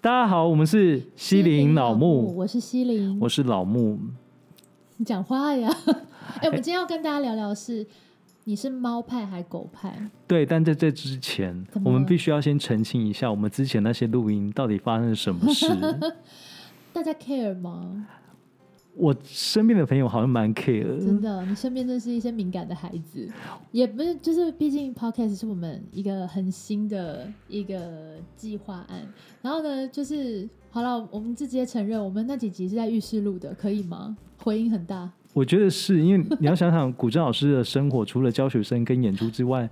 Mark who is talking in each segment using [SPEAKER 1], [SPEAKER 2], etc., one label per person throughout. [SPEAKER 1] 大家好，我们是西林老木，
[SPEAKER 2] 哦我是西林，
[SPEAKER 1] 我是老木。
[SPEAKER 2] 你讲话 呀！哎、我们今天要跟大家聊聊的是，你是猫派还狗派？
[SPEAKER 1] 对，但在这之前
[SPEAKER 2] 怎，么
[SPEAKER 1] 我们
[SPEAKER 2] 了
[SPEAKER 1] 必须要先澄清一下，我们之前那些录音到底发生了什么 事？
[SPEAKER 2] 大家 care 吗？
[SPEAKER 1] 我身边的朋友好像蛮 care，
[SPEAKER 2] 真的，你身边真是一些敏感的孩子，也不是，就是毕竟 podcast 是我们一个很新的一个计划案。然后呢，就是好了，我们直接承认，我们那几集是在浴室录的，可以吗？回音很大，
[SPEAKER 1] 我觉得是因为你要想想，古筝老师的生活除了教学生跟演出之外，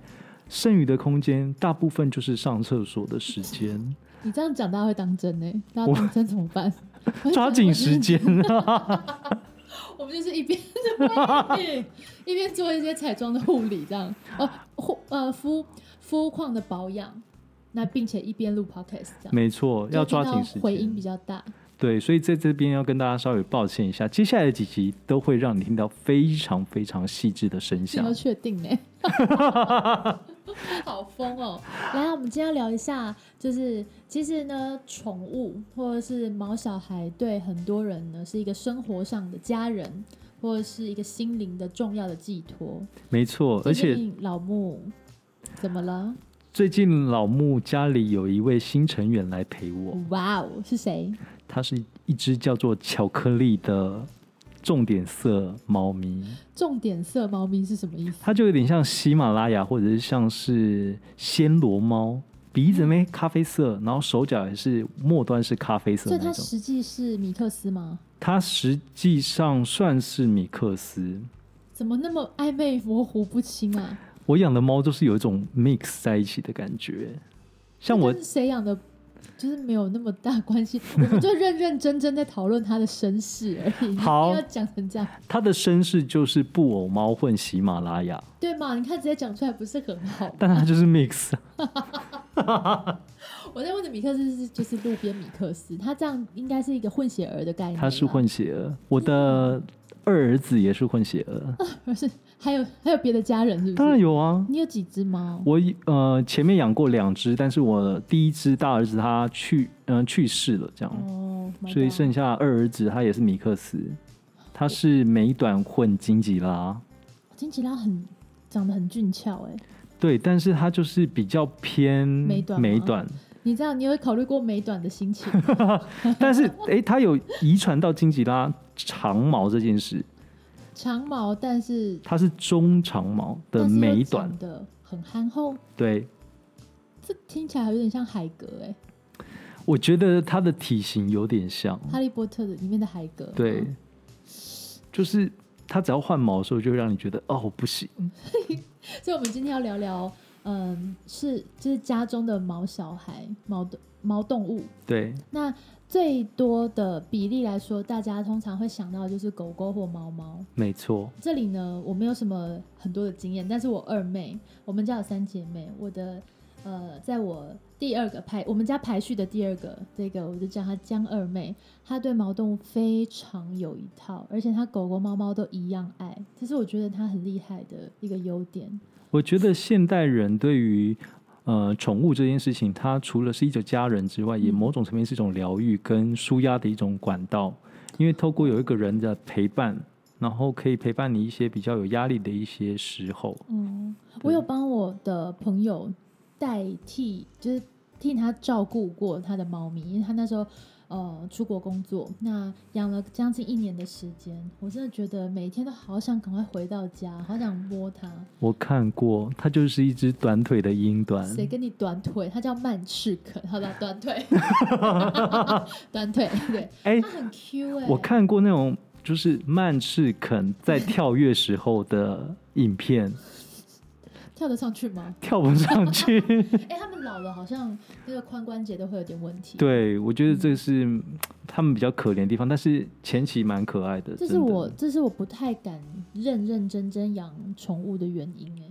[SPEAKER 1] 剩余的空间大部分就是上厕所的时 间，
[SPEAKER 2] 你这样讲大家会当真呢、大家
[SPEAKER 1] 我
[SPEAKER 2] 当真怎么办？
[SPEAKER 1] 抓紧时间啊！
[SPEAKER 2] 我们就是一边一边做一些彩妆的护理，这样哦，护呃肤肤况的保养，那并且一边录 podcast 这样，
[SPEAKER 1] 没错，要抓紧
[SPEAKER 2] 就
[SPEAKER 1] 时
[SPEAKER 2] 听到回音
[SPEAKER 1] 间
[SPEAKER 2] 比。较大。
[SPEAKER 1] 对，所以在这边要跟大家稍微抱歉一下，接下来的几集都会让你听到非常非常细致的声
[SPEAKER 2] 你
[SPEAKER 1] 响
[SPEAKER 2] 要。确定呢、 好疯哦！来啊，我们今天要聊一下，就是其实呢，宠物或者是毛小孩对很多人呢是一个生活上的家人，或者是一个心灵的重要的寄托。
[SPEAKER 1] 没错，而
[SPEAKER 2] 最
[SPEAKER 1] 且
[SPEAKER 2] 近老木怎么了？
[SPEAKER 1] 最近老木家里有一位新成员来陪我，
[SPEAKER 2] 哇哦，是谁？
[SPEAKER 1] 它是一只叫做巧克力的重点色猫咪。
[SPEAKER 2] 重点色猫咪是什么意思？
[SPEAKER 1] 它就有点像喜马拉雅，或者是像是暹罗猫，鼻
[SPEAKER 2] 嗯
[SPEAKER 1] 子呢咖啡色，然后手脚也是末端是咖啡色
[SPEAKER 2] 所以
[SPEAKER 1] 的
[SPEAKER 2] 它
[SPEAKER 1] 那种。
[SPEAKER 2] 实际是米克斯吗？
[SPEAKER 1] 它实际上算是米克斯。
[SPEAKER 2] 怎么那么暧昧模糊不清啊？
[SPEAKER 1] 我养的猫就是有一种 mix 在一起的感觉，像我
[SPEAKER 2] 那跟谁养的，就是没有那么大关系。我们就认认真真在讨论它的身世而已，
[SPEAKER 1] 好
[SPEAKER 2] 不要讲成这样，
[SPEAKER 1] 它的身世就是布偶猫混喜马拉雅，
[SPEAKER 2] 对吗？你看直接讲出来不是很好吗？
[SPEAKER 1] 但它就是 mix。
[SPEAKER 2] 我在问的米克斯是就是路边米克斯，它这样应该是一个混血儿的概念吧。
[SPEAKER 1] 它是混血儿，我的二儿子也是混血儿，
[SPEAKER 2] 不是， 还有还有别的家人是不是？
[SPEAKER 1] 当然有啊。
[SPEAKER 2] 你有几只猫？
[SPEAKER 1] 我呃前面养过两只，但是我第一只大儿子他去嗯、去世了，这样，
[SPEAKER 2] 哦，my
[SPEAKER 1] 所以
[SPEAKER 2] God
[SPEAKER 1] 剩下二儿子他也是米克斯，他是美短混金吉拉，
[SPEAKER 2] 金吉拉很长得很俊俏哎、
[SPEAKER 1] 对，但是他就是比较偏
[SPEAKER 2] 美短吗
[SPEAKER 1] 美短，
[SPEAKER 2] 你知道你有考虑过美短的心 情？
[SPEAKER 1] 但是诶，他有遗传到金吉拉长毛这件事，
[SPEAKER 2] 长毛，但是
[SPEAKER 1] 他是中长毛的
[SPEAKER 2] 哦但是又
[SPEAKER 1] 美短
[SPEAKER 2] 长，得很憨厚，
[SPEAKER 1] 对，
[SPEAKER 2] 这听起来有点像海格哎、
[SPEAKER 1] 我觉得他的体型有点像，
[SPEAKER 2] 哈利波特》的里面的海格。
[SPEAKER 1] 对，就是他只要换毛的时候，就会让你觉得哦不行。
[SPEAKER 2] 所以我们今天要聊聊，嗯，是就是家中的毛小孩、毛的毛动物。
[SPEAKER 1] 对，
[SPEAKER 2] 那最多的比例来说，大家通常会想到就是狗狗或猫猫。
[SPEAKER 1] 没错，
[SPEAKER 2] 这里呢，我没有什么很多的经验，但是我二妹，我们家有三姐妹，我的呃，在我第二个排，我们家排序的第二个，这个我就叫她江二妹，她对毛动物非常有一套，而且她狗狗、猫猫都一样爱，这是我觉得她很厉害的一个优点。
[SPEAKER 1] 我觉得现代人对于呃宠物这件事情，它除了是一种家人之外，也
[SPEAKER 2] 嗯
[SPEAKER 1] 某种层面是一种疗愈跟舒压的一种管道，因为透过有一个人的陪伴。然后可以陪伴你一些比较有压力的一些时候，
[SPEAKER 2] 嗯，我有帮我的朋友代替，就是替他照顾过他的猫咪，因为他那时候呃出国工作，那养了将近一年的时间，我真的觉得每天都好想赶快回到家，好想摸它。
[SPEAKER 1] 我看过，它就是一只短腿的英短，
[SPEAKER 2] 谁跟你短腿？它叫曼赤肯，好吧，短腿， 短腿，对，
[SPEAKER 1] 哎
[SPEAKER 2] 它很 Q 哎、
[SPEAKER 1] 我看过那种就是曼赤肯 在跳跃时候的影片，
[SPEAKER 2] 跳得上去吗？
[SPEAKER 1] 跳不上去。
[SPEAKER 2] 哎、他们老了好像那个髋关节都会有点问题。
[SPEAKER 1] 对，我觉得这是嗯他们比较可怜的地方，但是前期蛮可爱的。
[SPEAKER 2] 这是
[SPEAKER 1] 真的
[SPEAKER 2] 我，这是我不太敢认认真真养宠物的原因哎、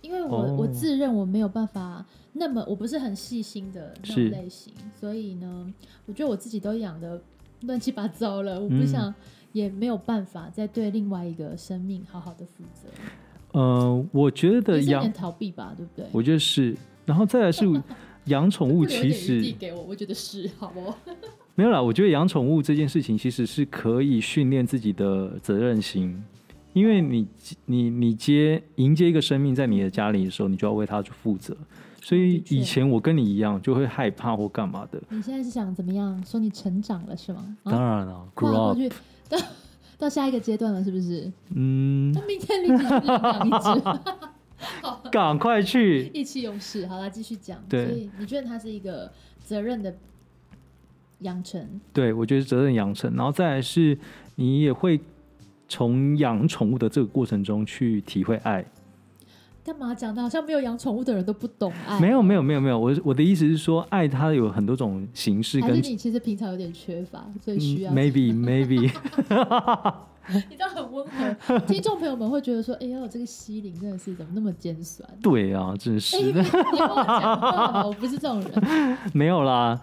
[SPEAKER 2] 因为我、
[SPEAKER 1] 哦
[SPEAKER 2] 我自认我没有办法那么，我不是很细心的那
[SPEAKER 1] 是
[SPEAKER 2] 种类型，所以呢，我觉得我自己都养的乱七八糟了，我不
[SPEAKER 1] 嗯
[SPEAKER 2] 想、也没有办法再对另外一个生命好好的负责，
[SPEAKER 1] 呃，我觉得
[SPEAKER 2] 也是有
[SPEAKER 1] 养
[SPEAKER 2] 点，逃避吧，对不对？
[SPEAKER 1] 我觉得是，然后再来是，养宠物其
[SPEAKER 2] 留一点余
[SPEAKER 1] 实
[SPEAKER 2] 地给我，我觉得是好不好？
[SPEAKER 1] 没有啦，我觉得养宠物这件事情其实是可以训练自己的责任心，因为你你你接迎接一个生命在你的家里的时候，你就要为它去负责。所以
[SPEAKER 2] 哦的确
[SPEAKER 1] 以前我跟你一样，就会害怕或干嘛 的。
[SPEAKER 2] 你现在是想怎么样？说你成长了是吗？啊
[SPEAKER 1] 当然了
[SPEAKER 2] 跨
[SPEAKER 1] ，grow
[SPEAKER 2] 过
[SPEAKER 1] up，
[SPEAKER 2] 去到 到下一个阶段了，是不是？
[SPEAKER 1] 嗯，
[SPEAKER 2] 那明天离职就是养一只，
[SPEAKER 1] 赶快去。
[SPEAKER 2] 意气用事。好啦，继续讲。
[SPEAKER 1] 对
[SPEAKER 2] 所以你觉得它是一个责任的养成？
[SPEAKER 1] 对，我觉得是责任养成，然后再来是你也会从养宠物的这个过程中去体会爱。
[SPEAKER 2] 干嘛讲的好像没有养宠物的人都不懂哎爱？
[SPEAKER 1] 没有，没有，没有，没有。我我的意思是说，爱它有很多种形式
[SPEAKER 2] 还是
[SPEAKER 1] 跟嗯
[SPEAKER 2] 你其实平常有点缺乏，所以需要。
[SPEAKER 1] maybe maybe
[SPEAKER 2] 你知道很温和，听众朋友们会觉得说：“哎呦，这个西林真的是怎么那么尖酸
[SPEAKER 1] 对啊， 真？”
[SPEAKER 2] 哎，
[SPEAKER 1] 是
[SPEAKER 2] 你
[SPEAKER 1] 的，
[SPEAKER 2] 别跟我讲话，我不是这种人。
[SPEAKER 1] 没有啦。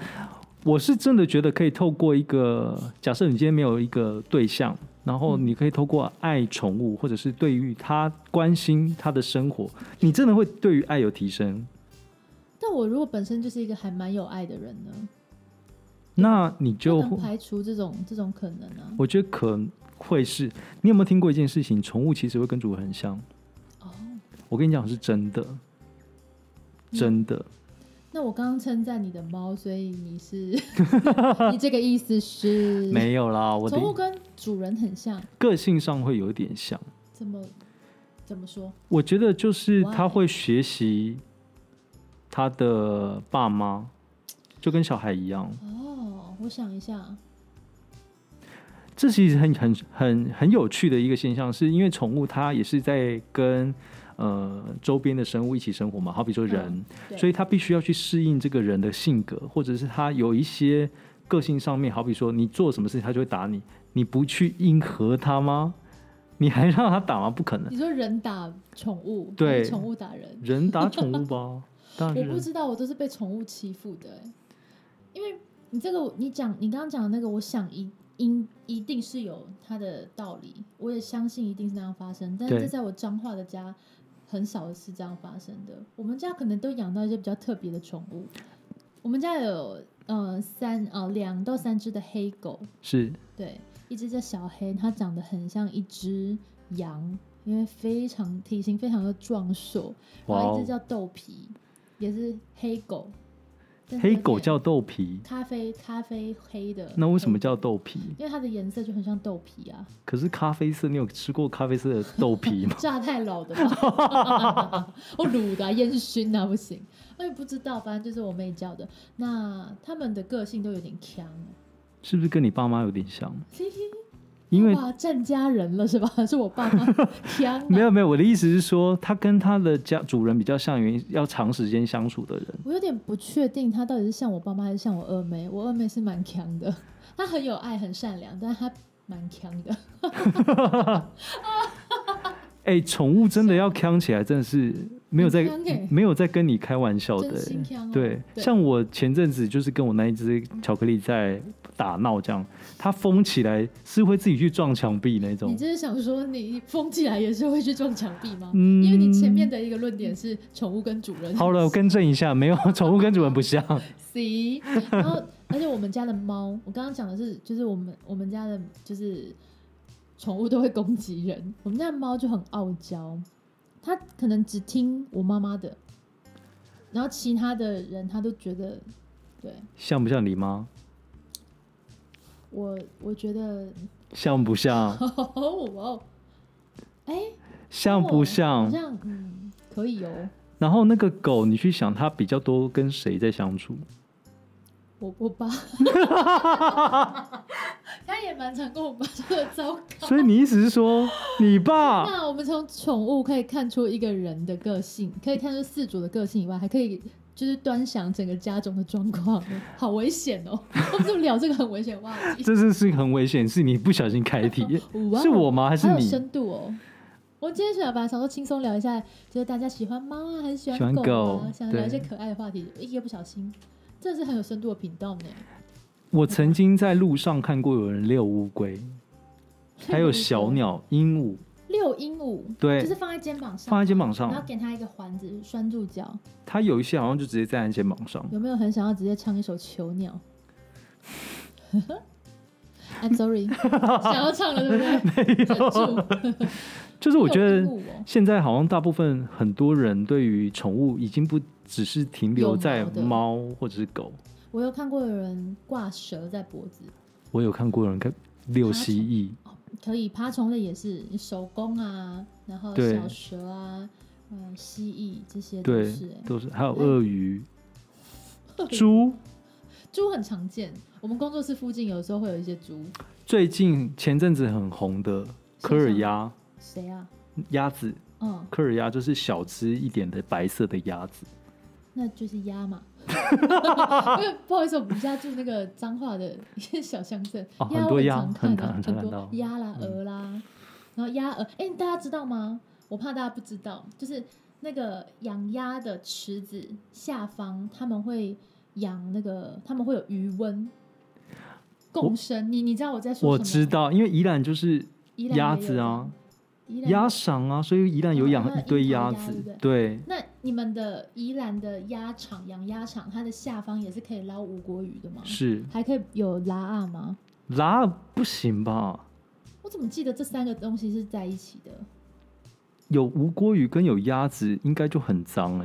[SPEAKER 1] 我是真的觉得可以透过一个，假设你今天没有一个对象，然后
[SPEAKER 2] 嗯
[SPEAKER 1] 你可以透过爱宠物，或者是对于它关心它的生活，你真的会对于爱有提升。
[SPEAKER 2] 但我如果本身就是一个还蛮有爱的人呢，
[SPEAKER 1] 那你
[SPEAKER 2] 不
[SPEAKER 1] 就
[SPEAKER 2] 能排除这种这种可能啊。
[SPEAKER 1] 我觉得可能会是，你有没有听过一件事情？宠物其实会跟主人很像。
[SPEAKER 2] 哦，
[SPEAKER 1] 我跟你讲是真的，
[SPEAKER 2] 嗯
[SPEAKER 1] 真的。
[SPEAKER 2] 那我刚刚称赞你的猫，所以你 是你这个意思是？
[SPEAKER 1] 没有啦，我的
[SPEAKER 2] 宠物跟主人很像，
[SPEAKER 1] 个性上会有一点像。
[SPEAKER 2] 怎么怎么说？
[SPEAKER 1] 我觉得就是他
[SPEAKER 2] Why？
[SPEAKER 1] 会学习他的爸妈，就跟小孩一样。
[SPEAKER 2] 哦，我想一下，
[SPEAKER 1] 这其实很很很很有趣的一个现象，是因为宠物它也是在跟呃周边的生物一起生活嘛，好比说人，
[SPEAKER 2] 对
[SPEAKER 1] 所以它必须要去适应这个人的性格，或者是它有一些个性上面，好比说你做什么事情它就会打你，你不去迎合它吗？你还让它打吗？不可能，
[SPEAKER 2] 你说人打宠物，
[SPEAKER 1] 对
[SPEAKER 2] 还是宠物打人，
[SPEAKER 1] 人打宠物吧， 当然是
[SPEAKER 2] 我不
[SPEAKER 1] 人。
[SPEAKER 2] 知道，我都是被宠物欺负的、欸，因为你这个，你讲你刚刚讲的那个，我想一应一定是有它的道理，我也相信一定是那样发生，但是
[SPEAKER 1] 对
[SPEAKER 2] 这在我彰化的家很少是这样发生的，我们家可能都养到一些比较特别的宠物，我们家有呃三呃两到三只的黑狗，
[SPEAKER 1] 是
[SPEAKER 2] 对，一只叫小黑，它长得很像一只羊，因为非常体型非常的壮硕。然
[SPEAKER 1] 哇
[SPEAKER 2] 后
[SPEAKER 1] 哦
[SPEAKER 2] 一只叫豆皮，也是黑狗。但是
[SPEAKER 1] 黑
[SPEAKER 2] 它
[SPEAKER 1] 狗
[SPEAKER 2] 变
[SPEAKER 1] 叫豆皮，
[SPEAKER 2] 咖啡咖啡黑的。
[SPEAKER 1] 那为什么？叫豆皮？
[SPEAKER 2] 因为它的颜色就很像豆皮啊，？
[SPEAKER 1] 可是咖啡色，你有吃过咖啡色的豆皮吗
[SPEAKER 2] 炸太老 的吧，我卤的、啊、烟熏啊不行，我也不知道，反正就是我妹叫的。那他们的个性都有点强、
[SPEAKER 1] 是不是跟你爸妈有点像？
[SPEAKER 2] 嘿嘿
[SPEAKER 1] 因为
[SPEAKER 2] 哇，占家人了是吧？ 是我 爸妈强、啊，
[SPEAKER 1] 没有没有，我的意思是说，它跟它的家主人比较像，原因要长时间相处的人。
[SPEAKER 2] 我有点不确定他到底是像我爸妈还是像我二妹。我二妹是蛮强的， 她很有爱，很善良，但是她蛮强的。
[SPEAKER 1] 哎、宠物真的要扛起来，真的是没有在
[SPEAKER 2] 很呛欸
[SPEAKER 1] 没有在跟你开玩笑的、
[SPEAKER 2] 真心呛哦
[SPEAKER 1] 对，
[SPEAKER 2] 对
[SPEAKER 1] 像我前阵子就是跟我那一只巧克力在打闹，这样它疯起来是会自己去撞墙壁那
[SPEAKER 2] 你
[SPEAKER 1] 种。
[SPEAKER 2] 就是想说，你疯起来也是会去撞墙壁吗？
[SPEAKER 1] 嗯
[SPEAKER 2] 因为你前面的一个论点是宠物跟主 人。
[SPEAKER 1] 好了，我更正一下，没有 宠物跟主人不 像。
[SPEAKER 2] C，然后而且我们家的猫，我刚刚讲的是，就是我们我们家的，就是宠物都会攻击人。我们家的猫就很傲娇，它可能只听我妈妈的，然后其他的人它都觉得，对
[SPEAKER 1] 像不像你妈？
[SPEAKER 2] 我我觉得，
[SPEAKER 1] 像不像？
[SPEAKER 2] 哦 哦，哎，
[SPEAKER 1] 像不
[SPEAKER 2] 好
[SPEAKER 1] 像？
[SPEAKER 2] 像嗯可以哦。
[SPEAKER 1] 然后那个狗，你去想它比较多跟谁在相 处？
[SPEAKER 2] 我 我爸，他也蛮常跟我爸说的糟糕。
[SPEAKER 1] 所以你意思是 说，你爸
[SPEAKER 2] 那我们从宠物可以看出一个人的个性，可以看出饲主的个性以外，还可以就是端详整个家中的状况，好危险哦！我们怎么聊这个很危险的话题？
[SPEAKER 1] 这是是很危险，是你不小心开题，
[SPEAKER 2] 哇哦
[SPEAKER 1] 是我吗？还是
[SPEAKER 2] 好有
[SPEAKER 1] 你？
[SPEAKER 2] 深度哦。我今天想把想说轻松聊一下，就是大家喜欢猫啊，还是喜
[SPEAKER 1] 喜欢
[SPEAKER 2] 欢狗啊？
[SPEAKER 1] 狗
[SPEAKER 2] 想聊一些
[SPEAKER 1] 对
[SPEAKER 2] 可爱的话题，一个不小心，这是很有深度的频道呢。
[SPEAKER 1] 我曾 经在路上看过有人遛乌龟，还有小鸟、鹦鹉。
[SPEAKER 2] 遛诱哦鹦鹉，
[SPEAKER 1] 对
[SPEAKER 2] 就是放在肩膀上，
[SPEAKER 1] 放在肩膀
[SPEAKER 2] 然后
[SPEAKER 1] 上，
[SPEAKER 2] 给它一个环子拴住脚。
[SPEAKER 1] 它有一些好像就直接站在肩膀上。
[SPEAKER 2] 有没有很想要直接唱一首《囚鸟》？I'm sorry，想要唱了对不对？忍住，
[SPEAKER 1] 就是我觉
[SPEAKER 2] 没有
[SPEAKER 1] 得
[SPEAKER 2] 鹦鹉哦
[SPEAKER 1] 现在好像大部分很多人对于宠物已经不只是停留
[SPEAKER 2] 有
[SPEAKER 1] 在
[SPEAKER 2] 毛的
[SPEAKER 1] 猫或者是狗，
[SPEAKER 2] 我有看过有人挂蛇在脖子，
[SPEAKER 1] 我有看过有人看遛蜥蜴，
[SPEAKER 2] 啊可以爬虫类也是手工啊，然后
[SPEAKER 1] 对
[SPEAKER 2] 小蛇啊，嗯，蜥蜴这些都
[SPEAKER 1] 对
[SPEAKER 2] 是、，
[SPEAKER 1] 都是还有
[SPEAKER 2] 嗯
[SPEAKER 1] 鳄鱼、
[SPEAKER 2] 欸
[SPEAKER 1] 猪。
[SPEAKER 2] 猪很常见，我们工作室附近有时候会有一些猪。
[SPEAKER 1] 最近前阵子很红的科尔鸭
[SPEAKER 2] 谁啊？
[SPEAKER 1] 鸭子，
[SPEAKER 2] 嗯，
[SPEAKER 1] 科尔鸭就是小只一点的白色的鸭子。
[SPEAKER 2] 那就是 鸭嘛。因为不好意思，我们家住那个彰化的一些小乡镇，
[SPEAKER 1] 哦
[SPEAKER 2] 鸭
[SPEAKER 1] 很多
[SPEAKER 2] 我
[SPEAKER 1] 鸭
[SPEAKER 2] 常看
[SPEAKER 1] 很
[SPEAKER 2] 到
[SPEAKER 1] 常很常
[SPEAKER 2] 很
[SPEAKER 1] 看
[SPEAKER 2] 多
[SPEAKER 1] 到嗯
[SPEAKER 2] 鸭啦、鹅啦，然后鸭鹅，哎、大家知道吗？我怕大家不知道，就是那个养鸭的池子下方，他们会养那个，他们会有余温共生。你你知道我在说什么？
[SPEAKER 1] 我知道，因为宜兰就是
[SPEAKER 2] 宜兰也有
[SPEAKER 1] 鸭子啊，
[SPEAKER 2] 宜兰也有，
[SPEAKER 1] 鸭场啊，所以宜兰有
[SPEAKER 2] 哦
[SPEAKER 1] 养
[SPEAKER 2] 那
[SPEAKER 1] 一堆
[SPEAKER 2] 樱桃
[SPEAKER 1] 鸭
[SPEAKER 2] 鸭
[SPEAKER 1] 子
[SPEAKER 2] 对不。
[SPEAKER 1] 对，
[SPEAKER 2] 那你们的宜兰的鸭场养鸭场，它的下方也是可以捞无国鱼的吗？
[SPEAKER 1] 是
[SPEAKER 2] 还可以有拉啊吗？
[SPEAKER 1] 拉不行吧？
[SPEAKER 2] 我怎么记得这三个东西是在一起的？
[SPEAKER 1] 有无锅鱼跟有鸭子，应该就很脏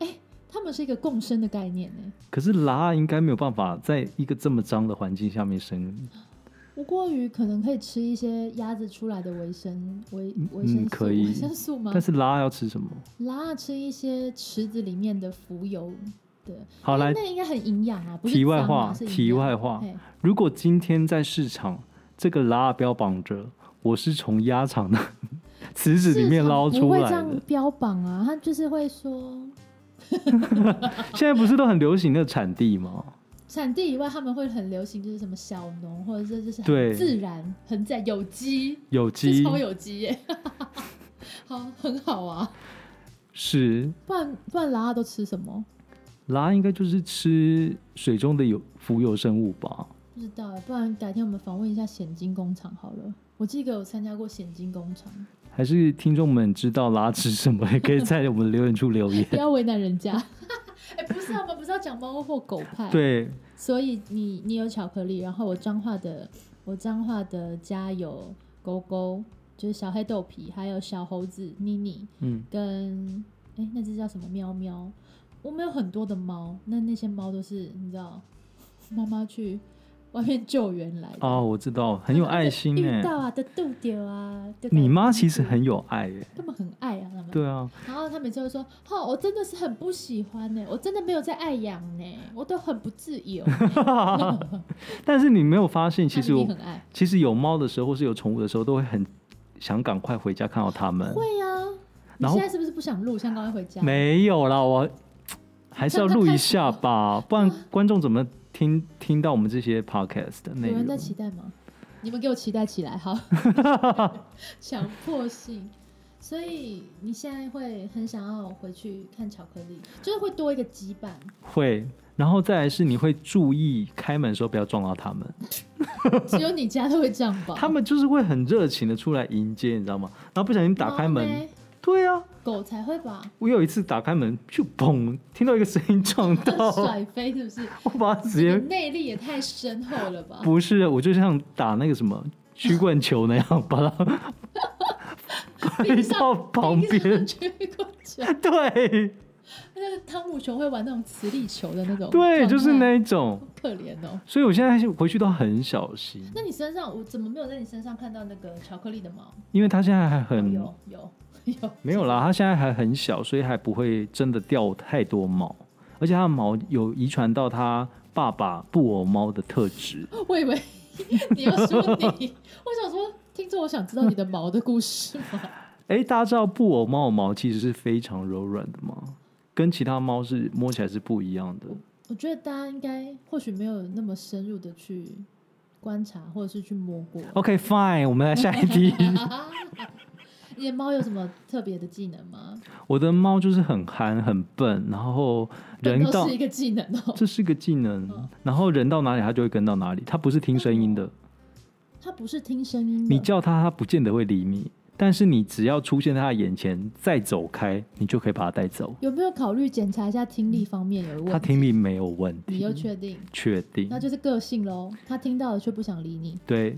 [SPEAKER 1] 哎、
[SPEAKER 2] 它们是一个共生的概念呢。
[SPEAKER 1] 可是拉应该没有办法在一个这么脏的环境下面生，
[SPEAKER 2] 嗯无锅鱼可能可以吃一些鸭子出来的维生维
[SPEAKER 1] 嗯
[SPEAKER 2] 维生素、
[SPEAKER 1] 可以
[SPEAKER 2] 维生素吗
[SPEAKER 1] 但？是拉要吃什么？
[SPEAKER 2] 拉吃一些池子里面的浮游的，
[SPEAKER 1] 好
[SPEAKER 2] 因为
[SPEAKER 1] 来，
[SPEAKER 2] 嗯那应该很营养啊。不是
[SPEAKER 1] 题外
[SPEAKER 2] 脏啊
[SPEAKER 1] 话
[SPEAKER 2] 是营养
[SPEAKER 1] 题外话
[SPEAKER 2] 嘿
[SPEAKER 1] 如果今天在市场这个拉标榜着我是从鸭场的 池子里面捞
[SPEAKER 2] 市场
[SPEAKER 1] 出
[SPEAKER 2] 不会
[SPEAKER 1] 来
[SPEAKER 2] 这样
[SPEAKER 1] 的，
[SPEAKER 2] 标榜啊，它就是会说
[SPEAKER 1] 现在不是都很流行那个产地吗？
[SPEAKER 2] 产地以外，他们会很流行就是什么小农，或者是就是
[SPEAKER 1] 对
[SPEAKER 2] 很自然、很在有机，
[SPEAKER 1] 有
[SPEAKER 2] 这
[SPEAKER 1] 机
[SPEAKER 2] 超有机耶， 好很好啊。
[SPEAKER 1] 是
[SPEAKER 2] 不然不然，拉拉都吃什么？
[SPEAKER 1] 拉，应该就是吃水中的有浮游生物吧？
[SPEAKER 2] 不知道哎，不然改天我们访问一下显金工厂好了。我记得有参加过显金工厂，
[SPEAKER 1] 还是听众们知道拉吃什么，也可以在我们留言处留 言。
[SPEAKER 2] 不要为难人家。哎、不是啊，我们不是要讲猫或狗派，
[SPEAKER 1] 对，
[SPEAKER 2] 所以你你有巧克力，然后我彰化的我彰化的家有狗狗，就是小黑豆皮，还有小猴子妮妮
[SPEAKER 1] 嗯，
[SPEAKER 2] 跟哎、那只叫什么喵喵。我们有很多的猫，那那些猫都是你知道，妈妈去外面救援来的，
[SPEAKER 1] 哦，我知道，很有爱心
[SPEAKER 2] 遇
[SPEAKER 1] 哎、
[SPEAKER 2] 到啊的度丢啊，就
[SPEAKER 1] 你妈
[SPEAKER 2] 感
[SPEAKER 1] 其实很有爱哎、
[SPEAKER 2] 他们很爱啊，他们。
[SPEAKER 1] 对啊，
[SPEAKER 2] 然后他每次都说：“哦，我真的是很不喜欢欸呢、我真的没有在爱养呢、我都很不自由。
[SPEAKER 1] 但是你没有发现，” 其实
[SPEAKER 2] 你
[SPEAKER 1] 我嗯
[SPEAKER 2] 很爱，
[SPEAKER 1] 其实有猫的时候，或是有宠物的时候，都会很想赶快回家看到它们。
[SPEAKER 2] 会啊。你
[SPEAKER 1] 然后
[SPEAKER 2] 现在是不是不想录？想赶快回家？
[SPEAKER 1] 没有啦，我还是要录一下吧，不
[SPEAKER 2] 啊
[SPEAKER 1] 然观众怎么听听到我们这些 podcast 的内
[SPEAKER 2] 有人在
[SPEAKER 1] 容？
[SPEAKER 2] 期待吗？你们给我期待起来，好， 强迫性。所以你现在会很想要回去看巧克力，就是会多一个羁 绊。
[SPEAKER 1] 会，然后再来是你会注意开门的时候不要撞到它们，
[SPEAKER 2] 只有你家都会这样吧？
[SPEAKER 1] 它们就是会很热情的出来迎接，你知道吗？然后不小心打开
[SPEAKER 2] 猫
[SPEAKER 1] 门，
[SPEAKER 2] 呢，
[SPEAKER 1] 对啊，
[SPEAKER 2] 狗才会吧？
[SPEAKER 1] 我有一次打开门，就砰，听到一个声音撞到，
[SPEAKER 2] 甩飞是不是？
[SPEAKER 1] 我把它哦直
[SPEAKER 2] 你
[SPEAKER 1] 接
[SPEAKER 2] 内力也太深厚了吧？
[SPEAKER 1] 不是，我就像打那个什么曲棍球那样，把 它推到旁边。
[SPEAKER 2] 去过球，
[SPEAKER 1] 对
[SPEAKER 2] 那个汤姆熊会玩那种磁力球的那种，
[SPEAKER 1] 对，就是那，一种
[SPEAKER 2] 好。可怜哦。
[SPEAKER 1] 所以我现在回去都很小心，
[SPEAKER 2] 那你身上，我怎么没有在你身上看到那个巧克力的毛？
[SPEAKER 1] 因为它现在还
[SPEAKER 2] 哦
[SPEAKER 1] 很
[SPEAKER 2] 有有 有，
[SPEAKER 1] 没有啦，它现在还很小，所以还不会真的掉太多毛，而且它的毛有遗传到它爸爸布偶猫的特质。
[SPEAKER 2] 我以为你要说你， 我想说，听众，我想知道你的毛的故事吗？
[SPEAKER 1] 哎，大家知道布偶猫的毛其实是非常柔软的吗？跟其他猫是摸起来是不一样的。
[SPEAKER 2] 我觉得大家应该或许没有那么深入的去观察，或者是去摸过。
[SPEAKER 1] 哦 OK，fine，、我们来下一 题。
[SPEAKER 2] 你的猫有什么特别的技能吗？
[SPEAKER 1] 我的猫就是很憨、很笨，然后人
[SPEAKER 2] 都
[SPEAKER 1] 到
[SPEAKER 2] 是一个嗯技能哦。
[SPEAKER 1] 这是个技能，然后人到哪里它就会跟到
[SPEAKER 2] 嗯
[SPEAKER 1] 哪里，它不是听声音的，
[SPEAKER 2] 它不是听声音的，
[SPEAKER 1] 你叫它它不见得会理你，但是你只要出现在他的眼前，再走开，你就可以把他带走。
[SPEAKER 2] 有没有考虑检查一下听力方面有
[SPEAKER 1] 他
[SPEAKER 2] 问题？
[SPEAKER 1] 听力没有问
[SPEAKER 2] 你又
[SPEAKER 1] 题，
[SPEAKER 2] 确定？
[SPEAKER 1] 确定
[SPEAKER 2] 那？就是个性喽。他听到了却不想理你，
[SPEAKER 1] 对，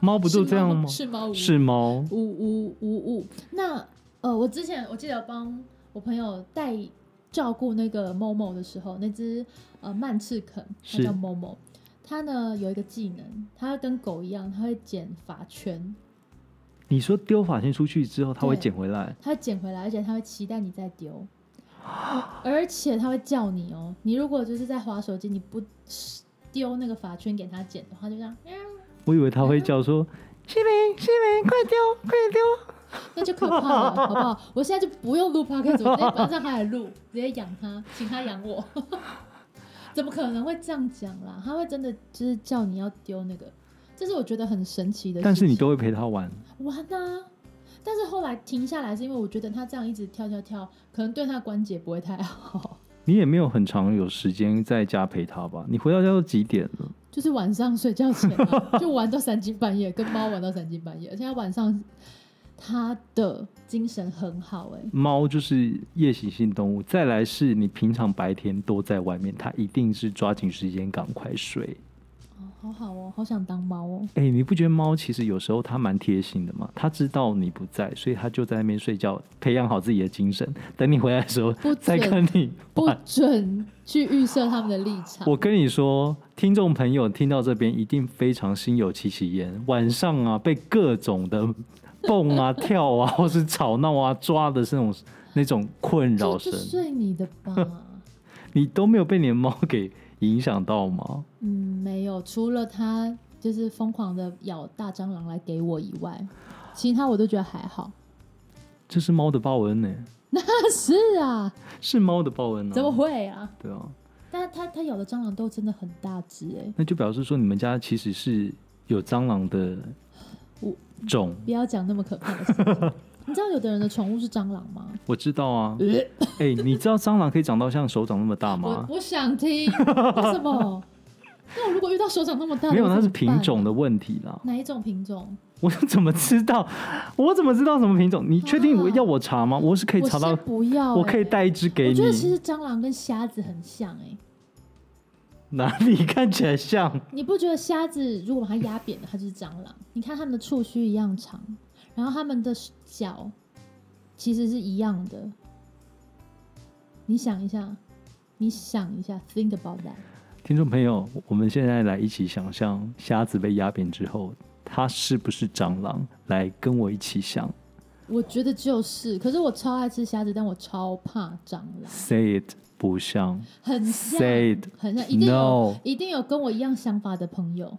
[SPEAKER 1] 猫不就这样吗？
[SPEAKER 2] 是猫无
[SPEAKER 1] 是猫，
[SPEAKER 2] 无无无无。那呃，我之前我记得帮我朋友带照顾那个某某的时候，那只呃曼赤肯，它
[SPEAKER 1] 是
[SPEAKER 2] 叫某某，它呢有一个技能，它跟狗一样，它会捡发圈，
[SPEAKER 1] 你说丢法线出去之后，它会
[SPEAKER 2] 对
[SPEAKER 1] 捡回来，
[SPEAKER 2] 它会捡回来，而且它会期待你再丢。而且它会叫你哦，你如果就是在划手机，你不丢那个发圈给它捡的话，它就这样，
[SPEAKER 1] 我以为它会叫说：“西嗯明，西明，快丢，快丢
[SPEAKER 2] 那就可怕了，好不好？ 我现在就不用录 podcast，我直接搬上他来录，直接养他，请他养我。 怎么可能会这样讲啦？他会真的就是叫你要丢那个，这是我觉得很神奇！”的事情。
[SPEAKER 1] 但是你都会陪它玩，
[SPEAKER 2] 玩呐、但是后来停下来是因为我觉得他这样一直跳跳跳，可能对他的关节不会太好。
[SPEAKER 1] 你也没有很长有时间在家陪它吧？你回到家都几点了？
[SPEAKER 2] 就是晚上睡觉前、 啊、就玩到三更半夜，跟猫玩到三更半夜，而且他晚上他的精神很好哎、
[SPEAKER 1] 猫就是夜行性动物，再来是你平常白天都在外面，它一定是抓紧时间赶快睡。
[SPEAKER 2] 哦，好好哦，好想当猫哦。
[SPEAKER 1] 哎、你不觉得猫其实有时候它蛮贴心的吗？它知道你不在，所以它就在那边睡觉，培养好自己的精神，等你回来的 时候
[SPEAKER 2] 不
[SPEAKER 1] 再
[SPEAKER 2] 准
[SPEAKER 1] 跟你
[SPEAKER 2] 不
[SPEAKER 1] 玩。
[SPEAKER 2] 准去预设他们的立场。
[SPEAKER 1] 我跟你说，听众朋友听到这边一定非常心有戚戚焉。晚上啊，被各种的蹦啊、跳啊， 或是吵闹啊、抓的是那种那种困
[SPEAKER 2] 这
[SPEAKER 1] 扰
[SPEAKER 2] 就
[SPEAKER 1] 声，
[SPEAKER 2] 睡你的 吧？
[SPEAKER 1] 你都没有被你的猫给影响到吗？
[SPEAKER 2] 嗯，没有，除了他就是疯狂的咬大蟑螂来给我以外，其他我都觉得还好。
[SPEAKER 1] 这是猫的报恩呢、
[SPEAKER 2] 那是啊，
[SPEAKER 1] 是猫的报恩啊！
[SPEAKER 2] 怎么会啊？
[SPEAKER 1] 对啊，
[SPEAKER 2] 但他他咬的蟑螂都真的很大只哎、
[SPEAKER 1] 那就表示说你们家其实是有蟑螂的
[SPEAKER 2] 我
[SPEAKER 1] 种，
[SPEAKER 2] 不要讲那么可怕的事 情。你知道有的人的宠物是蟑螂吗？
[SPEAKER 1] 我知道 啊。哎、你知道蟑螂可以长到像手掌那么大
[SPEAKER 2] 我
[SPEAKER 1] 吗？
[SPEAKER 2] 我想听， 为什么？那我如果遇到手掌那么大的，
[SPEAKER 1] 没有，
[SPEAKER 2] 我
[SPEAKER 1] 那是
[SPEAKER 2] 怎么办啊
[SPEAKER 1] 品种的问题啦。
[SPEAKER 2] 哪一种品种？
[SPEAKER 1] 我怎么知道？我怎么知道什么品种？你确定我
[SPEAKER 2] 啊
[SPEAKER 1] 要我查吗？我是可以
[SPEAKER 2] 我
[SPEAKER 1] 查
[SPEAKER 2] 先
[SPEAKER 1] 到，
[SPEAKER 2] 不要、欸
[SPEAKER 1] 我可以。带一只给
[SPEAKER 2] 我
[SPEAKER 1] 你
[SPEAKER 2] 觉。得其实蟑螂跟虾子很像哎、
[SPEAKER 1] 哪里看起来像？
[SPEAKER 2] 你不觉得虾子如果把它压扁了，它就是蟑螂？你看它们的触须一样长，然后它们的脚其实是一样的。你想一下，你想一下，think about that。
[SPEAKER 1] 听众朋友，我们现在来一起想象虾子被压扁之后，它是不是蟑螂？来跟我一起想
[SPEAKER 2] 我觉得就是，可是我超爱吃虾子，但我超怕蟑螂，
[SPEAKER 1] ，say it 不像
[SPEAKER 2] 很像
[SPEAKER 1] ，say it
[SPEAKER 2] 很像，一定有
[SPEAKER 1] no。
[SPEAKER 2] 一定有跟我一样想法的朋友，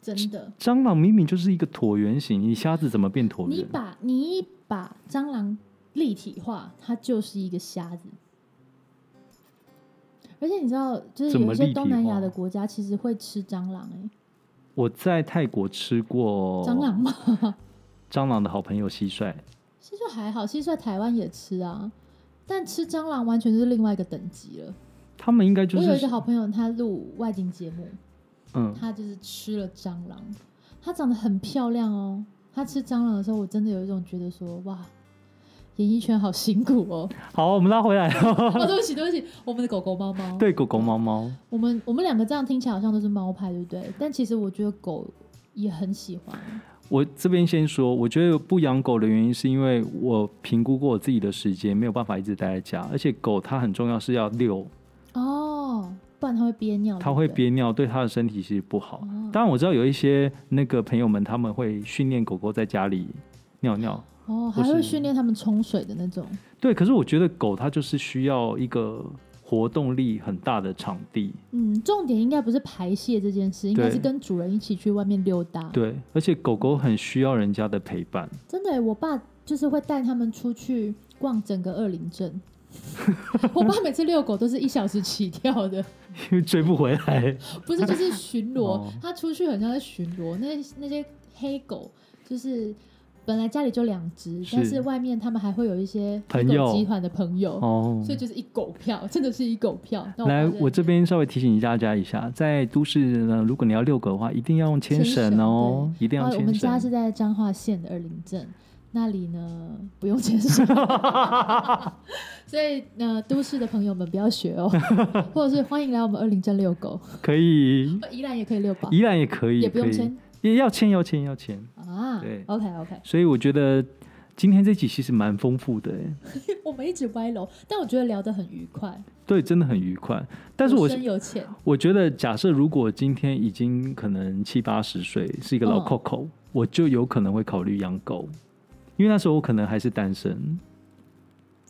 [SPEAKER 2] 真的。
[SPEAKER 1] 蟑螂明明就是一个椭圆形，你虾子怎么变椭
[SPEAKER 2] 你
[SPEAKER 1] 圆？
[SPEAKER 2] 把你把蟑螂立体化，它就是一个瞎子。而且你知道，就是
[SPEAKER 1] 怎
[SPEAKER 2] 有
[SPEAKER 1] 么
[SPEAKER 2] 一
[SPEAKER 1] 立
[SPEAKER 2] 些
[SPEAKER 1] 体
[SPEAKER 2] 东南亚
[SPEAKER 1] 化
[SPEAKER 2] 的国家其实会吃蟑螂、欸，
[SPEAKER 1] 我在泰国吃过
[SPEAKER 2] 蟑螂吗？
[SPEAKER 1] 蟑螂的好朋友蟋蟀，
[SPEAKER 2] 其实还好，蟋蟀台湾也吃啊，但吃蟑螂完全是另外一个等级了。
[SPEAKER 1] 他们应该就
[SPEAKER 2] 我有一个
[SPEAKER 1] 是
[SPEAKER 2] 好朋友，他录外景节目，
[SPEAKER 1] 嗯，
[SPEAKER 2] 他就是吃了蟑螂，他长得很漂亮哦。他吃蟑螂的时候，我真的有一种觉得说，哇，演艺圈好辛苦 哦。
[SPEAKER 1] 好，我们拉回来了。
[SPEAKER 2] 哦，对不起，对不起，我们的狗狗、猫猫，
[SPEAKER 1] 对，狗狗、猫猫，
[SPEAKER 2] 我们我们两个这样听起来好像都是猫派，对不对？但其实我觉得狗也很喜欢，
[SPEAKER 1] 我这边先说，我觉得不养狗的原因是因为我评估过我自己的时间，没有办法一直待在家，而且狗它很重要是要遛，
[SPEAKER 2] 哦，不然它会憋尿，
[SPEAKER 1] 它会
[SPEAKER 2] 对不对。
[SPEAKER 1] 憋尿，对它的身体其实不好。
[SPEAKER 2] 哦
[SPEAKER 1] 当然我知道有一些那个朋友们他们会训练狗狗在家里尿尿，
[SPEAKER 2] 哦，
[SPEAKER 1] 不
[SPEAKER 2] 还
[SPEAKER 1] 是
[SPEAKER 2] 会训练它们冲水的那种。
[SPEAKER 1] 对，可是我觉得狗它就是需要一个活动力很大的场地，
[SPEAKER 2] 嗯，重点应该不是排泄这件事，应该
[SPEAKER 1] 对
[SPEAKER 2] 是跟主人一起去外面溜达。
[SPEAKER 1] 对，而且狗狗很需要人家的陪伴。
[SPEAKER 2] 真的耶，我爸就是会带他们出去逛整个二林镇。 我爸每次遛狗都是一小时起跳的，
[SPEAKER 1] 因为追不回来，
[SPEAKER 2] 不是，就是巡逻
[SPEAKER 1] 哦。
[SPEAKER 2] 他出去很像在巡逻，那那些黑狗就是本来家里就两只，
[SPEAKER 1] 是
[SPEAKER 2] 但是外面他们还会有一些黑
[SPEAKER 1] 朋友
[SPEAKER 2] 狗集团的朋友，
[SPEAKER 1] 哦，
[SPEAKER 2] 所以就是一狗票，真的是一狗票。那
[SPEAKER 1] 来
[SPEAKER 2] 发，现
[SPEAKER 1] 我这边稍微提醒大家一下，在都市呢，如果你要遛狗的话，一定要用牵
[SPEAKER 2] 牵绳
[SPEAKER 1] 绳哦，一定要
[SPEAKER 2] 啊我
[SPEAKER 1] 牵
[SPEAKER 2] 们家
[SPEAKER 1] 绳
[SPEAKER 2] 是。在彰化县的二林镇，那里呢 不用 牵手，所以呃，都市的朋友们不要学 哦，或者是欢迎来我们二林镇遛狗，
[SPEAKER 1] 可以，
[SPEAKER 2] 宜兰也可以遛狗，
[SPEAKER 1] 宜兰也可以，
[SPEAKER 2] 也不用
[SPEAKER 1] 可以
[SPEAKER 2] 牵，
[SPEAKER 1] 也要签要签要签。
[SPEAKER 2] 啊。
[SPEAKER 1] 对
[SPEAKER 2] ，OK OK，
[SPEAKER 1] 所以我觉得今天这集其实蛮丰富的，哎，
[SPEAKER 2] 我们一直歪楼，但我觉得聊得很愉快，
[SPEAKER 1] 对，真的很愉快。但是我
[SPEAKER 2] 有深有浅，
[SPEAKER 1] 我觉得，假设如果今天已经可能七八十岁，是一个老
[SPEAKER 2] 嗯
[SPEAKER 1] Coco，、我就有可能会考虑养狗，因为那时候我可能还是单身。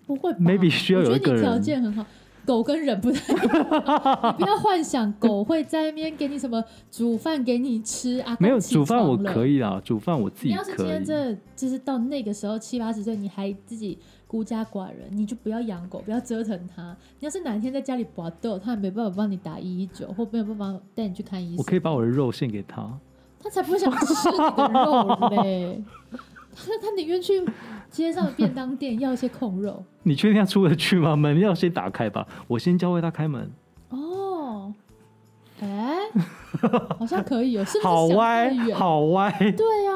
[SPEAKER 2] 不会吧
[SPEAKER 1] Maybe 需要有一个
[SPEAKER 2] 我觉得你
[SPEAKER 1] 人
[SPEAKER 2] 条件很好。狗跟人不太一样，你不要幻想狗会在那边给你什么煮饭给你吃啊。
[SPEAKER 1] 没有煮饭我可
[SPEAKER 2] 以，
[SPEAKER 1] 以啦，煮饭我自
[SPEAKER 2] 你
[SPEAKER 1] 己
[SPEAKER 2] 要是今
[SPEAKER 1] 可
[SPEAKER 2] 天
[SPEAKER 1] 以。
[SPEAKER 2] 真的就是到那个时候七八十岁，你还自己孤家寡人，你就不要养狗，不要折腾它。你要是哪一天在家里搏斗，它也没办法帮你打一一九，或没有办法带你去看医
[SPEAKER 1] 我
[SPEAKER 2] 生，
[SPEAKER 1] 可以把我的肉献给他，
[SPEAKER 2] 它才不会想吃你的肉嘞。 它它宁愿去街上的便当店要一些控肉
[SPEAKER 1] 你确定要出得去吗？门要先打开吧，我先教会他开门。
[SPEAKER 2] 哦， 哎、好像可以哦，是不是
[SPEAKER 1] 好
[SPEAKER 2] 想
[SPEAKER 1] 歪
[SPEAKER 2] 太远，
[SPEAKER 1] 好歪，
[SPEAKER 2] 对啊，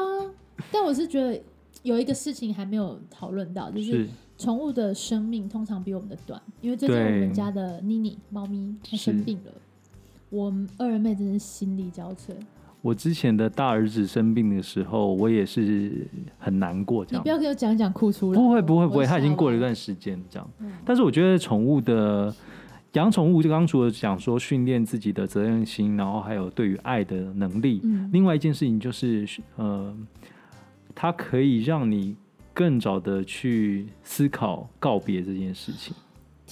[SPEAKER 2] 但我是觉得有一个事情还没有讨论到，就是
[SPEAKER 1] 是
[SPEAKER 2] 宠物的生命通常比我们的短，因为最近我
[SPEAKER 1] 对
[SPEAKER 2] 们家的妮妮猫咪它生
[SPEAKER 1] 是
[SPEAKER 2] 病了，我们二人妹真是心力交瘁。
[SPEAKER 1] 我之前的大儿子生病的时候，我也是很难过这
[SPEAKER 2] 你
[SPEAKER 1] 样
[SPEAKER 2] 不。要给我讲一讲哭出来，
[SPEAKER 1] 哦不会不会不
[SPEAKER 2] 我
[SPEAKER 1] 会，他已经
[SPEAKER 2] 吓
[SPEAKER 1] 过了一
[SPEAKER 2] 歪
[SPEAKER 1] 段时间这样
[SPEAKER 2] 嗯。
[SPEAKER 1] 但是我觉得宠物的养宠物，就刚刚除了讲说训练自己的责任心，然后还有对于爱的能力，
[SPEAKER 2] 嗯
[SPEAKER 1] 另外一件事情就是呃，它可以让你更早的去思考告别这件事情。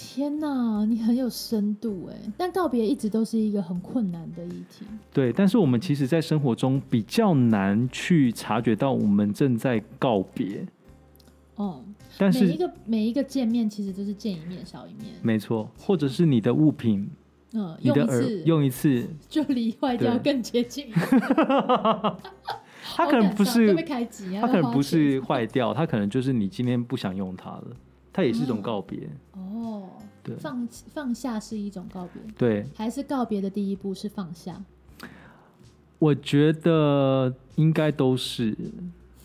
[SPEAKER 2] 天哪，你很有深度哎！但告别一直都是一个很困难的议题。
[SPEAKER 1] 对，但是我们其实，在生活中比较难去察觉到我们正在告别，
[SPEAKER 2] 哦，
[SPEAKER 1] 但
[SPEAKER 2] 每一
[SPEAKER 1] 是
[SPEAKER 2] 个每一个见面其实都是见一面少一面，
[SPEAKER 1] 没错，或者是你的物品，
[SPEAKER 2] 嗯，
[SPEAKER 1] 你
[SPEAKER 2] 用
[SPEAKER 1] 的
[SPEAKER 2] 一
[SPEAKER 1] 耳
[SPEAKER 2] 次
[SPEAKER 1] 用一次，
[SPEAKER 2] 就离坏掉
[SPEAKER 1] 对
[SPEAKER 2] 更接近一次。
[SPEAKER 1] 它可能不
[SPEAKER 2] 好感伤
[SPEAKER 1] 是
[SPEAKER 2] 会被开机啊，
[SPEAKER 1] 它可能不
[SPEAKER 2] 要
[SPEAKER 1] 是坏掉，它可能就是你今天不想用它了，它也是一
[SPEAKER 2] 嗯
[SPEAKER 1] 种告别。
[SPEAKER 2] 花钱哦。
[SPEAKER 1] 对
[SPEAKER 2] 放放下是一种告别，
[SPEAKER 1] 对，
[SPEAKER 2] 还是告别的第一步是放下？
[SPEAKER 1] 我觉得应该都是，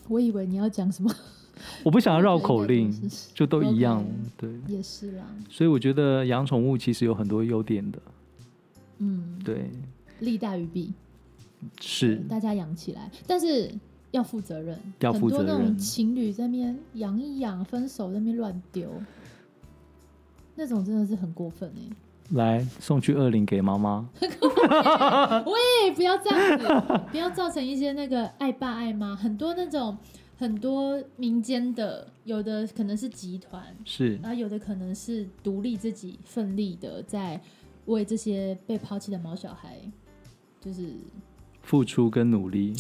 [SPEAKER 2] 我以为你要讲什么，
[SPEAKER 1] 我不想要绕口令
[SPEAKER 2] 我觉得应该都是，
[SPEAKER 1] 就都一样
[SPEAKER 2] OK。
[SPEAKER 1] 对，
[SPEAKER 2] 也是啦，
[SPEAKER 1] 所以我觉得养宠物其实有很多优点的。
[SPEAKER 2] 嗯，
[SPEAKER 1] 对，
[SPEAKER 2] 利大于弊，
[SPEAKER 1] 是
[SPEAKER 2] 大家养起来，但是要负责任，
[SPEAKER 1] 要负责
[SPEAKER 2] 很
[SPEAKER 1] 任
[SPEAKER 2] 多那种情侣在那边养一养，分手在那边乱丢，那种真的是很过分哎、
[SPEAKER 1] 来送去二零给妈妈。
[SPEAKER 2] 喂，不要这样子，不要造成一些那个爱爸爱妈，很多那种很多民间的，有的可能是集团，
[SPEAKER 1] 是
[SPEAKER 2] 然后有的可能是独立自己奋力的在为这些被抛弃的毛小孩，就是
[SPEAKER 1] 付出跟努力，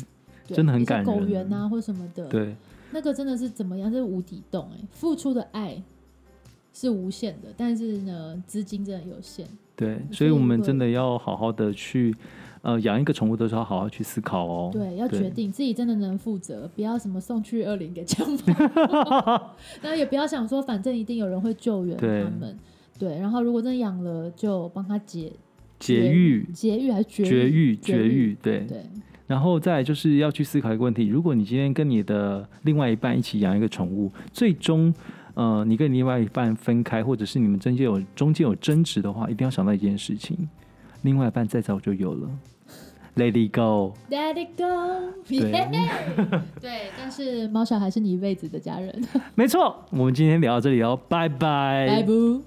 [SPEAKER 2] 对
[SPEAKER 1] 真的很
[SPEAKER 2] 一些
[SPEAKER 1] 感人
[SPEAKER 2] 狗园啊或什么的，
[SPEAKER 1] 对，
[SPEAKER 2] 那个真的是怎么样？这是无底洞哎、付出的爱是无限的，但是呢，资金真的有限。
[SPEAKER 1] 对，
[SPEAKER 2] 所
[SPEAKER 1] 所
[SPEAKER 2] 以
[SPEAKER 1] 以我
[SPEAKER 2] 如
[SPEAKER 1] 们
[SPEAKER 2] 果
[SPEAKER 1] 真的要好好的去，呃，养一个宠物的时候，好好去思考哦。
[SPEAKER 2] 对，要决定自己真的能负责，不要什么送去二零给江某， 然后也不要想说反正一定有人会救援他
[SPEAKER 1] 对
[SPEAKER 2] 们。对，然后如果真的养了，就帮他解
[SPEAKER 1] 节育、
[SPEAKER 2] 节育还是绝
[SPEAKER 1] 绝育、
[SPEAKER 2] 绝
[SPEAKER 1] 绝育，对。
[SPEAKER 2] 对，
[SPEAKER 1] 然后再来就是要去思考一个问题：如果你今天跟你的另外一半一起养一个宠物，最终，呃，你跟你另外一半分开，或者是你们中间有中间有争执的话，一定要想到一件事情：另外一半再早就有了。Let it go，
[SPEAKER 2] Let it go，
[SPEAKER 1] 对
[SPEAKER 2] 对，但是猫小孩是你一辈子的家人，
[SPEAKER 1] 没错。我们今天聊到这里哦，拜拜，
[SPEAKER 2] 哎拜不。